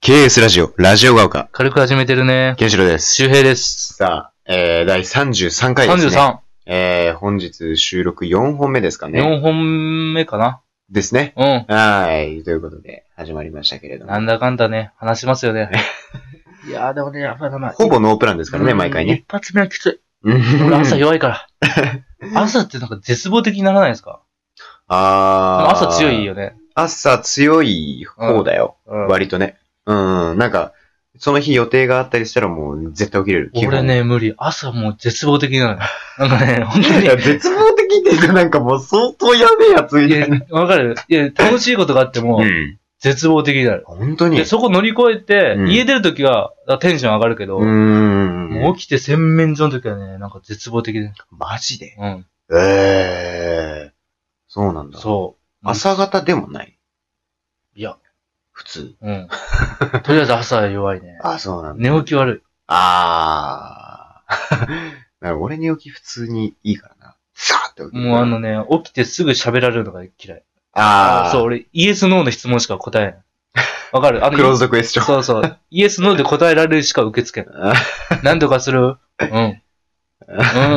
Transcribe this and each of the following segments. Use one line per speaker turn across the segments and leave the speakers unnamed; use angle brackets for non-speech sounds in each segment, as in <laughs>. KS ラジオ、ラジオが丘、
軽く始めてるね。
ケンシロウです。
周平です。
さあ、えー、第33回ですね。
33。
えー、本日収録4本目ですかね。
4本目かな
ですね。
うん。
はい。ということで、始まりましたけれど
な
も。
んだかんだね、話しますよね。 <laughs> いやーでもね、やっぱりな
ほぼノープランですからね、毎回ね。
一発目はきつ
うん
い。俺朝弱いから。朝ってなんか絶望的にならないですかで
<laughs> あ
も
ー。
朝強い。よね。
朝強い方だよ。
うん
割とね。うん。なんか、その日予定があったりしたらもう絶対起きれる。基本
俺。ね、無理。朝もう絶望的になる。なんか
<laughs>
ね、本
いや、絶望的って言うとなんかもう相当やべえやつ
当
み
に。い
た
や
いな。、
わかるいや、楽しいことがあっても
う、ん。
絶望的になる。
本当に。
で、そこ乗り越えて
う、ん
家出るときは、あテンション上がるけど、
うーん。
もう起きて洗面所の時はね、なんか絶望的で。
マジで
うん。
ええそうなんだ。
そう。
朝方でもない
いや、
普通。 <laughs>
うん。とりあえず朝は弱いね。
あ、そうなんだ。
寝起き悪
あ <laughs> あ。だから俺寝起き普通にいいからな。さーって起き
い。
る
もうあのね、起きてすぐ喋られるのが嫌い。
ああ。
そう、俺、イエスノーの質問しか答え
<laughs>
ない。わかるあの、
クローズドクエスチョン。
そうそう。イエスノーで答えられるしか受け付けない。
<laughs>
何とかするうん。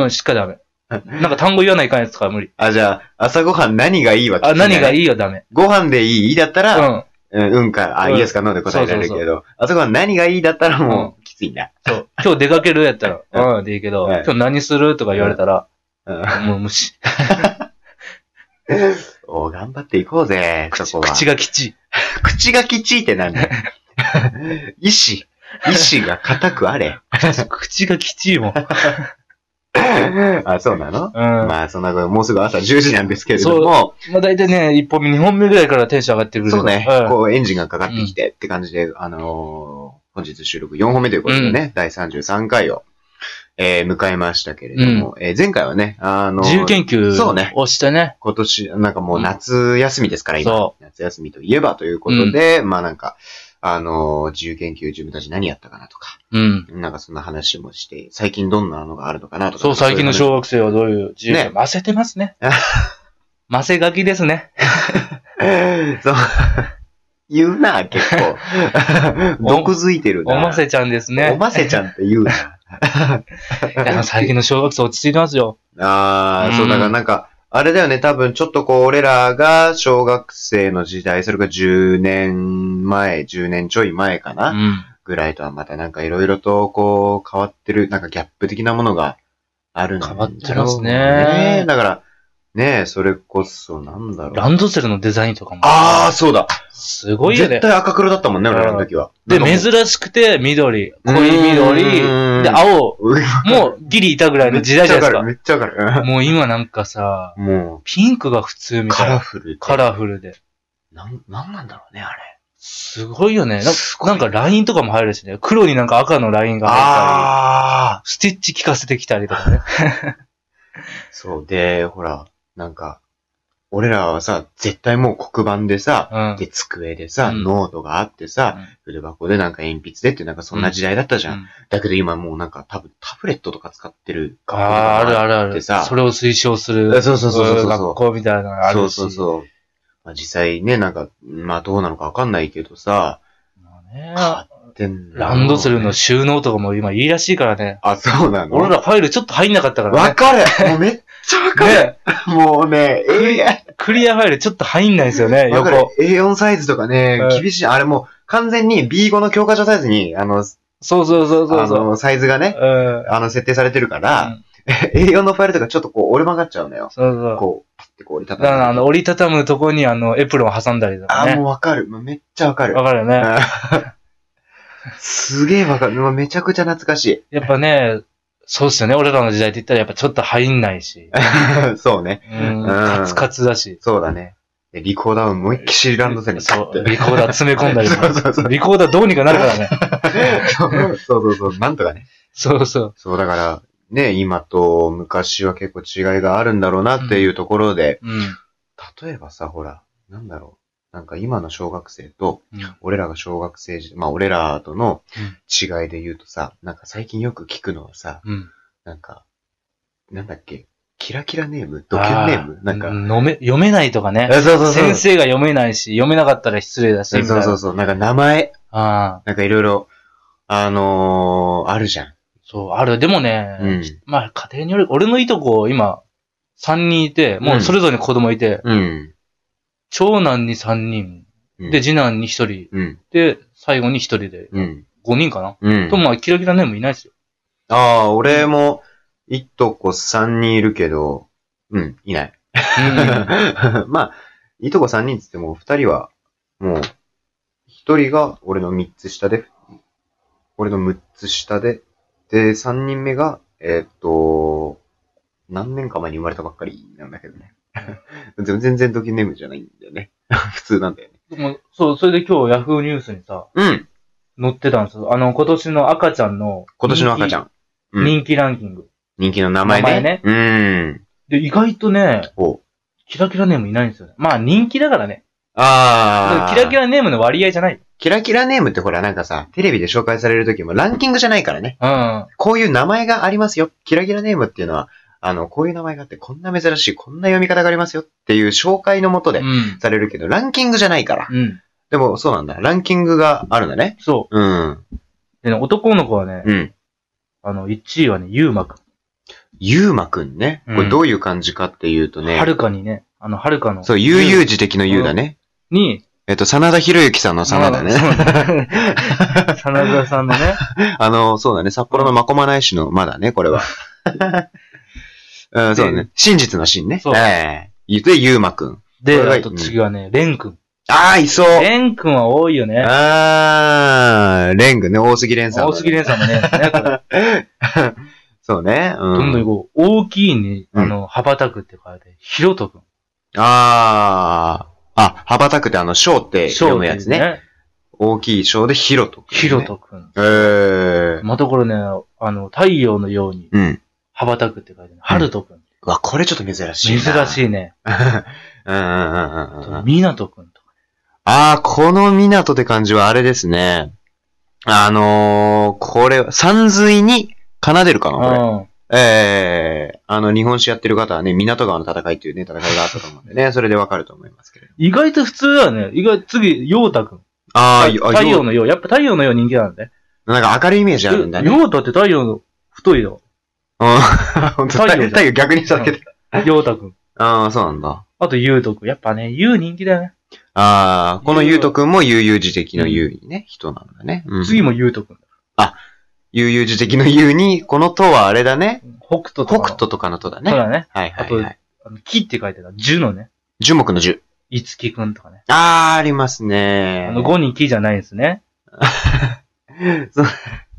うん、しかダメ。なんか単語言わないかんやつとか無理。
あ、じゃあ、朝ごはん何がいいわ
あ、何が
い
いいよダメ。
ご飯でいいだった
う
ら、
ん。
うん、うんか、あ、
うん
イエスかノーで答えられる
そうそうそう
けど、朝ごはん何がいいだったらもう、きついな。
そう。今日出かけるやった
<laughs>
ら、うん、でいいけど、
はい
今日何するとか言われたら、
うん
もう無視。
お、頑張っていこうぜ、そこは。
口が
<laughs>
きちい。
口がきちいってなんだよ。意志。意志が固くあれ。
口がきちいもん。
あ、そうなの、
うん。ま
まあ、そんなこと、もうすぐ朝10時なんですけれども、
あ大体ね、一本目、二本目ぐらいからテンション上がってくる。
そうね、
うん
こうエンジンがかかってきてって感じで、あのー本日収録4本目ということでね、第33回を、えー迎えましたけれども、えー前回はね、あのー
自由研
そうね
究をしてね。
今年、なんかもう夏休みですから、今。
そ
夏休みといえばということで、まあなんか、あのー自由研究自分たち何やったかなとか、
う。うん。
なんかそんな話もして、最近どんなのがあるのかなとか。
そう、最近の
そういう
小学生はどういう自由研
ね
究。ませてま
<laughs>
すね。ませ書きですね。
話。 <laughs> そう。言うな、結構。
<laughs>
毒づいてるな。
おませちゃんですね。
おませちゃんって言う
<laughs>
な。
いや最近の小学生落ち着いてますよ。
ああ、そう、だからなんか、あれだよね、多分ちょっとこう、俺らが小学生の時代、それが10年前、10年ちょい前か
う
な、
ん。
ぐらいとはまたなんかいろいろとこう、変わってる、なんかギャップ的なものがあるんだろう
変わってますね
ねだから、ねそれこそ、なんだろう。
ランドセルのデザインとかも。
ああ、そうだ。
すごいよ
絶
ね。
対赤黒だったもんね、
うん
俺らの時は。
で、
なんかも
珍しくて緑、濃い
うん
緑、で、青、
う。
もうギリいたぐらいの時代じゃないですか。
めっちゃわかる。めっちゃわかる
もう今なんかさ、
も
ピンクが普通
う、
みた
カ
い
ラ
な。
フルで。
カラフルで。
なん、なんなんだろうね、あれ。
すごいよね。なんか
すごい
なんかラインとかも入るしね。黒になんか赤のラインが入った
ああ
り、ステッチ効かせてきたりと
<laughs>
かね。
ー。そう、で、ほら、なんか、俺らはさ、絶対もう黒板でさ、
うん。
で、机でさ、
うん
ノートがあってさ、筆箱でなんか鉛筆でってなんかそんな時代だったじゃん。
うん
だけど今もうなんか多分タブレットとか使ってる
あ
学校と
あ、ある
か
あるあ
って
る。
さ
それを推奨す
もあ
る。
そうそうそうそうそう
学
そ
校みたいなの
う。
があるし。
そうそうそう。まあ、実際ね、なんか、まあどうなのかわかんないけどさ、
まあね
買ってんだろ
ラ
うね
ンドセルの収納とかも今いいらしいからね。
あ、そうなの
俺らファイルちょっと入んなかったから
わ
ね。
かるもうめっちゃわかる、
ね、
もうね、ええ
クリアファイルちょっと入んないんですよね、
わかる
横。
A4 サイズとかね
う、ん
厳しい。あれもう完全に B5 の教科書サイズに、あの、
そうそうそうそう
あ
そう。
のサイズがね、
うん。
あの、設定されてるか
う
ら、A4 のファイルとかちょっとこう折れ曲がっちゃうのよ。
そうそう。
こう、パッてこう折りたた
だ
む
からあの、折りたたむとこにあの、エプロン挟んだりとか
あー、も
ね
う。わかる。もうめっちゃわかる
わ。かるよね。
すげえわかる。もうめちゃくちゃ懐かしい。 <laughs>
やっぱね、そうっすよね。俺らの時代って言ったらやっぱちょっと入んないし。
そうね。
うん。
うん
カツカツだし。
そうだね。でリコーダーを思いっきりランドセルに
そ
っ
う。
て。
リコーダー詰め込んだりと
そう
か。
<laughs> そうそう。
リコーダーどうにかなるからね。
そうそうそう。なんとかね。
そうそう。
そう、だから、ね、今と昔は結構違いがあるんだろうなっていうところで、
うん。
例えばさ、ほら、なんだろう。なんか今の小学生と、
うん
俺らが小学生時、まあ俺らとの
うん
違いで言うとさ、なんか最近よく聞くのはさ、
うん。
なんか、なんだっけ、キラキラネームドキュンネームなんか、
うん飲め、読めないとかね。
あそうそうそう。
先生が読めないし、読めなかったら失礼だし、みたい
そう
な。
そうそう、なんか名前、
ああ、
なんかいろいろ、あのーあるじゃん。
そう、ある。でもね、
うん
まあ家庭による、俺のいとこ、今、3人いて、もうそれぞれに子供いて、
うん。
長男に3人、
うん
で、、次男に1人、
うん。
で、最後に1人で、
うん。
5人かな。
うん。
と、まあ、キラキラネームいない
<laughs>
ですよ。
ああ、俺も、いとこ3人いるけど、うん、いない。
う
<laughs>
ん。
まあ、いとこ3人っつっても、2人は、もう、1人が俺の3つ下で、俺の6つ下で、で、3人目が、えーっと、何年か前に生まれたばっかりなんだけどね。 <laughs> でも全然ドキュネームじゃないんだよね。 <laughs> 普通なんだよね。
でもそう、それで今日ヤフーニュースにさ、
うん
載ってたんですよ。あの、今年の赤ちゃんの、
今年の赤ちゃ
ん。
ん。うん
人気ランキング。
人気の名前ね。うん。
で、意外とね、
おう
キラキラネームいないんですよね。まあ、人気だからね。
ああ。
キラキラネームの割合じゃない。
キラキラネームってほらなんかさ、テレビで紹介されるときもランキングじゃないからね。
うん。
こういう名前がありますよ。キラキラネームっていうのは、あの、こういう名前があって、こんな珍しい、こんな読み方がありますよっていう紹介のもと
う
で
ん。
されるけど、ランキングじゃないから。
うん。
でも、そうなんだ。ランキングがあるんだね。
そ
うん。
う。でね、男の子はね、
うん。
あの、1位はね、ゆうまく
ゆうまくんね。これどういう感じかっていうと
ん。
ね。
はるかにね、あの、はるかの。
そう、悠々自適のゆうだね。
に、
えっと、真田広之さんの真田だね。
まあそうね。
<laughs>
真田さんのね、
あの、そうだね。札幌のまこまない市のまだね、こ
<laughs>
れは。うん、そうだね。真実の真ね。
そう
ええゆで、ゆうまくん。
で、
これが
あと次はね、レン君。
ああ、いそう。
レン君は多いよね。
ああ、レングね、大杉蓮さん。
大杉蓮さん
<laughs>
もね、なんか
そうね。うん。
どんどんこう、大きいに、
うん
あの、羽ばたくって書いて、ひろとくん。
ああ、あ、羽ばたくてあの、章って読むやつね。
ね。
大きい章でヒロト、
ひろ。とくん。
ええー。
またこれね、あの、太陽のように
うん。
羽ばたくって書いてある。はるとくん。
うわ、これちょっと珍しいな。
珍
い。
しいね。
<laughs> うんうんうんうんうんうん。
みなとくんとか。
ああ、この港って感じはあれですね。あのー、これ、山水に奏でるかな、これ。
うん。
ええあの、日本史やってる方はね、港川の戦いっていうね、戦いがあったと思うんでね、それでわかると思いますけれど。
意外と普通だよね。意外、次、ようたくん。
あーあ、
太陽
よ
のよう。やっぱ太陽のよう人気なんだね。
うなんか明るいイメージあるんだね。
ようたって太陽の太いよ。
うん、本当
太
太
陽じゃん
陽、太陽逆にしただけで。
ようたくん。
ああ、そうなんだ。
あと、ゆうとくん。やっぱね、ゆう人気だよね。
ああ、この
ゆう
ゆうとくんも悠々自適の悠にね、人なんだね。うん、
次もゆうとくん。
悠々自適の悠に、このとはあれだね。
北斗とか
北
の。
斗とかのとだ
そう
ね。
だね。
はいはいはい。
あの木って書いてた。樹のね。
樹木の樹。
いつきくんとかね。
あー、ありますね。
あの、5人木じゃないんですね。
そう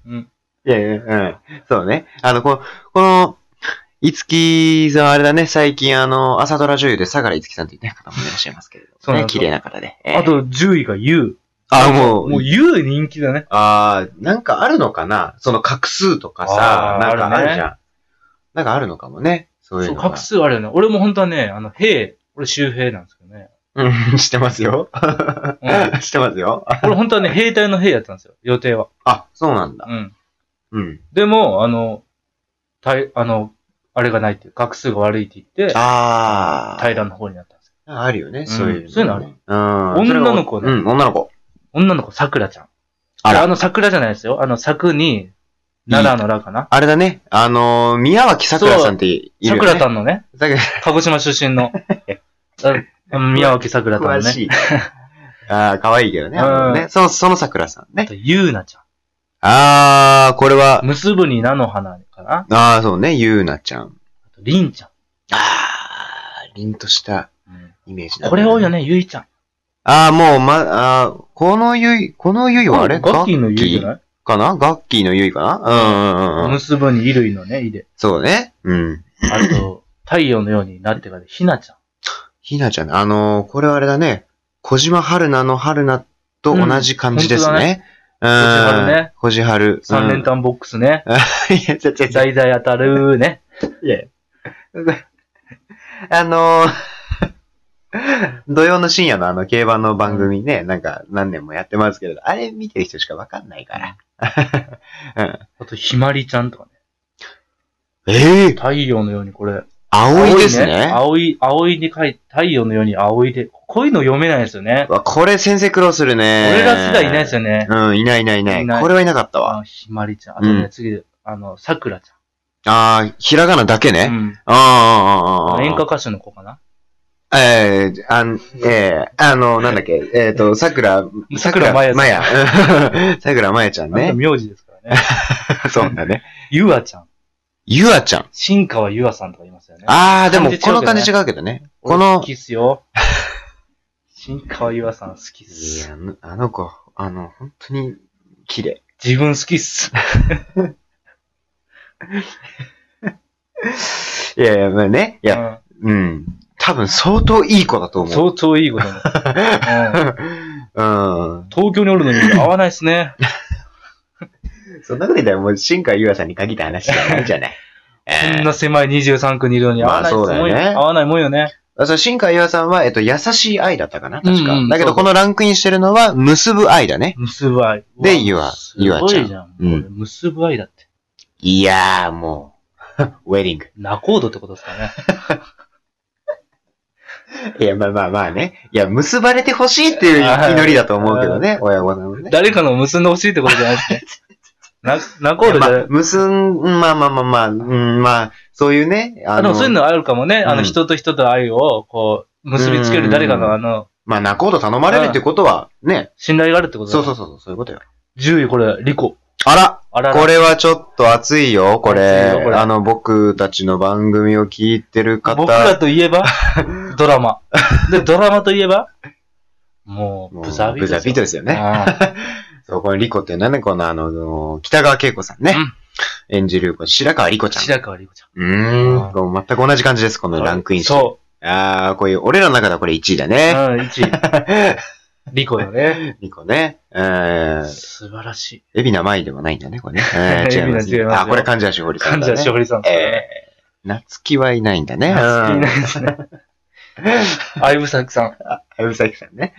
うん。
いやいや、うん。そうね。あの、ここの、いつきさん、あれだね、最近、あの、朝ドラ女優で、相良いつきさんという、ね、方もいらっしゃいますけれど
そう
も、
なん
ね、
です
綺麗な方で。えー
あ、と、10位がゆ
あ、
う。
もう、
もうゆう人気だね。
あーなんかあるのかなその画数とかさ、
あ
な
ー
んか
あ
あ
るね
るじゃん。なんかあるのかもね、そういう
そう、
のが。
画数あるよね。俺も本当はね、あの、兵、俺周兵なんですけどね。
うん、 <laughs> してますよ。 <laughs>
う
してますよ。あ
俺本当はね、兵隊の兵やったんですよ。予定は。
あ、そうなんだ。
うん。
うん。
でも、あの、たい、あの、あれがないっていう、画数が悪いって言って、
あー。
平らの方になったんですよ。
あるよね、そういう、
うんそういうのある
うん。それが
女の子ね
うん、女の子。
女の子、桜ちゃん。
あら
あの、桜じゃないですよ。あの、桜に、奈良のらかな。
あれだね、あのー、宮脇桜さんっているよね。
桜さんのね、
さく
鹿児島出
<laughs>
身の、あ宮脇桜さんの
詳
ね、
しい。 <laughs> ああ、可愛いけどね。
うん
あのねその、その桜さん
あ
ね。
と、ゆうなちゃ
ああ、これは
ん。、結ぶに菜の花かな。
ああ、そうね、ゆうなちゃん。
あと、りんちゃん。
ああ、凛としたイメージ
これ多いよ
ね。
ね、ゆいちゃん。
ああ、もう、ま、ああ、このゆい、このゆいはあれ
ガッキーのゆい
ガッ
じゃ
キー
ない
かなガッキーのゆいかなうんうんうんうん。
結ぶに衣類のね、いで。
そうね。うん。
あと、太陽のようになってから、ひなちゃん。
ひなちゃんね、あのー、これはあれだね。小島春菜の春菜と同じ感じですね。うん。
だね
小島春ね。小
三連単ボックスね。
<laughs> いや、ちょ、ちょ、ちょ、
大々当たるね。
いや。あのー <laughs> 土曜の深夜のあの競馬の番組ね、なんか何年もやってますけれど、あれ見てる人しかわかんないから。
あと、ひまりちゃんとかね。
ええ
太陽のようにこれ、
葵ですね。
葵、葵に書いて、太陽のように葵で。こういうの読めないですよね。
わこれ先生苦労するね。
俺ら世代いないですよね。
うん、いないいないいない。
いない
これはいなかったわ。
あひまりちゃん。あとね、
うん
次、あの、さくらち
あー、ひらがなだけ
ゃん。
ね。
うん。
あーあー、あーあー、
演歌歌手の子かな
えー、あん、えー、あの、なんだっけ、えっ、と、桜、
桜まや
まや。うん <laughs> 桜まやちゃん
あんた
ね。
名字ですからね。
そうだね。
ゆあちゃん。
ゆあちゃん。
新川ゆあさんとかいますよね。
あー、でも、
漢字違う
この
けど
感
ね
じ違うけどね。こ
俺
の
好、きっすよ。新川ゆあさん好きっ
い
す。
や、あのあの子、あの、本当に、綺麗。
自分好きっす。
いやいや、まあね。いや、うん。多分、相当いい子だと
うん
思う。
相当いいことも。うん
<laughs> うん。
東京におるのに合わないっすね。
そんなこと言ったらもう、新海優愛さんに限った話じゃないじゃ
<laughs>
ない。
こ
え
んな狭い23区にいるのに合わないっす
まあそうだよね
もん合わないもんよね。
ー、その新海優愛さんは、えっと、優しい愛だったかな確か。
うんうん
だけ
そ
ど、
うそ
このランクインしてるのは、結ぶ愛だね。
結ぶ愛。
で
うわ
ゆあ
す
ゆあちゃん
ごいじゃん。
うん
これ結ぶ愛だって。
いやー、もう、 <laughs> ウェディング。
ナコードってことですかね。
いや、まあまあまあね。いや、結ばれてほしいっていう祈りだと思うけどね、親御さんもね。
誰かの結んでほしいってことじゃないですね。なナコードじゃ
まあ、結ん、まあまあまあまあ、うん、まあ、そういうね、あ
あ、でもそういう
の、
のあるかもね。あ
うん
の、人と人と愛を、こう、結びつける誰か
うん
の、あの、
まあ、仲人頼まれるってことは、ね、
信頼があるってことだ
そうそうそうそう、そういうことよ。
10位、これ、リコ。
あら
あらら
これはちょっと熱いよ、こ
熱い
れ
よ。これ
あの、僕たちの番組を聞いてる
僕ら
方、
とい
<laughs>
えば、ドラマ。で、ドラマといえば、もう、
もう
ブザービート。
ブザービートですよね
あ
そう、このリコっていうのはね、このあのあの、北川景子さんね。演じる、この白川リコ
ー
ちゃん。
白川リコちゃん。
うー
うん
ん。こう全く同じ感じです、こ <laughs> のランクインして。
そ
あー、こういう、俺らの中ではこれ1位だ
う。うん、
ね。 <laughs>
1位。リコだね。
リコね。えー、
素晴らしい。
エビナ前ではないんだね、こ
<laughs>
れね。え
海
ー、違い
老名
ます、
違いますよ
あ、これ患者しほりさん
神
だ、
田
ね。
しおりさんですからね。
えー、夏希はいないんだね。
<laughs> 好き
うん
なんですね。相武咲さん。
あうさきさん <laughs> ね。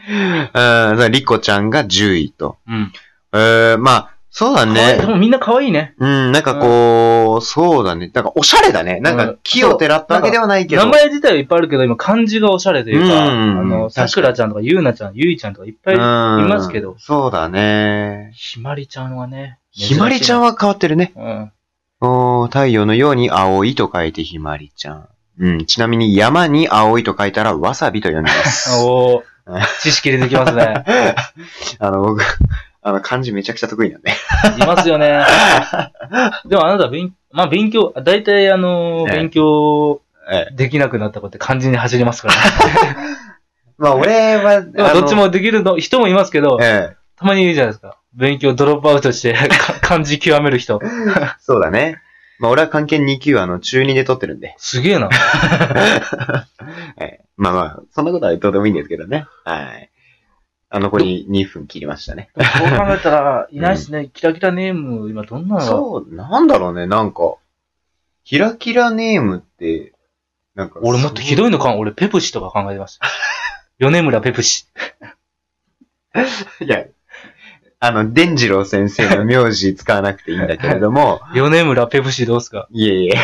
うん、リコちゃんが10位と。
うん。
えー、まあ、そうだ
可愛い
ね。
でもみんな可愛いね。
うん、なんかこう、そうだね。なんかおしゃれだね。なん
う
か
ん
木をてらったわけではないけど。
名前自体はいっぱいあるけど、今漢字がおしゃれというか、
うん
あの、
確かに
さくらちゃんとかゆうなちゃん、ゆいちゃんとかいっぱい、
うん
いますけど
そうだね。
ひまりちゃんはね。
ひまりちゃん
は、
は変わってるね。
うん。
おー太陽のように青いと書いてひまりちゃん。うん、ちなみに山に青いと書いたらわさびと読みます。
おー知識出てきますね。
<laughs> あの、僕、あの、漢字めちゃくちゃ得意なんで。
います
<laughs>
よね。でもあなた勉、まあ勉強、大体あの、
ええ
勉強
え
できなくなった子って漢字に走りま
<laughs>
すからね。
まあ、俺は、
でも
あの
どっち。もできるの人もいますけど、
ええ、
たまにいるじゃないですか。勉強ドロップアウトして、 <laughs> か漢字極める人。
そうだね。まあ、俺は関係2級は、あの、中2で取ってるんで。<laughs>
すげえな。
ええまあまあ、そんなことはどうでもいいんですけどね。はい。あの、これ2分切りましたね。
でもそう考えたら、いないですね。キラキラネーム、今どんなの
そう、なんだろうね、なんか、キラキラネームって、なんか、
俺もっとひど
い。
いのか、俺ペプシとか考えてました。米村ペプシ。
<laughs> いや、あの、伝次郎先生の名字使わなくていいんだけれども、
米村ペプシどうすか
いえい <laughs> え、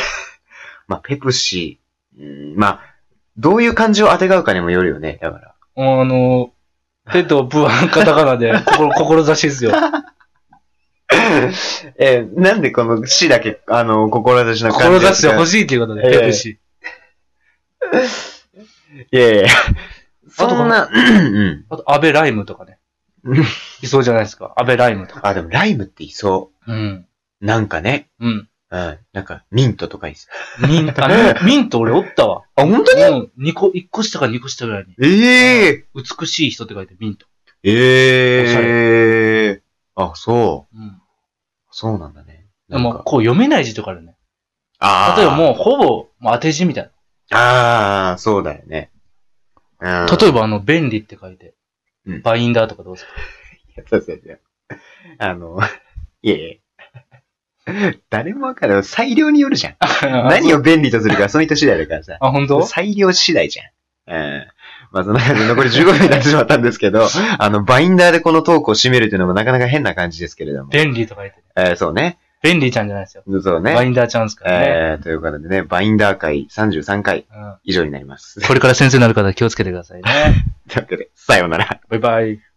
まあ、ペプシー、うんまあ、どういう漢字を当てがうかにもよるよね、だから。 <laughs>
あの、手とブはカタカナで、心、志ですよ。
えーなんでこの死だけ、あの、志の漢字を使う
志欲しいっていうこと
え
で、
え
ペプシ。
いやいや、そんな、うん。
あと、アベライムとか
<laughs>
ね
うん。
いそうじゃないですか。アベライムとか。
あ、でもライムっていそ
うん。
う。なんかね。
うん。
うん。なんか、ミントとかいそう。
ミント、あ
<laughs>
ミント俺おったわ。
あ、本当
うん。二個、一個下か二個下ぐらいに。
ええ
美しい人って書いてミント。おしゃ
ええあ、そう。
うん。
そうなんだね。
で
なん
も、
か、
こう読めない字とかあるね。
あー
例えばもう、ほぼ、もう当て字みたい
ああ、そうだよね。うん。
な。例えば、あの、便利って書いて
うん。
バインダーとかどうすか
そうそうそう。 <laughs> あの、いえいえ。 <laughs> 誰もわかんない。裁量によるじゃん。何を便利とするか、その人次第だからさ。
あ、本当？
裁量次第じゃん。うん。まあ、そんな感じで残り15分になってしまったんですけ
<laughs>
ど、あの、バインダーでこのトークを締めるというのもなかなか変な感じですけれども。
便利とか言ってね。
えーそうね。
ベンリーちゃんじゃないですよ。
そう
バイ
ね。
ンダーちゃんですからね。
えー、ということでね、バインダー会33回
うん
以上になります。 <laughs>
これから先生になる方気をつけてくださいね。
というわけで、さようなら。
バイバイ。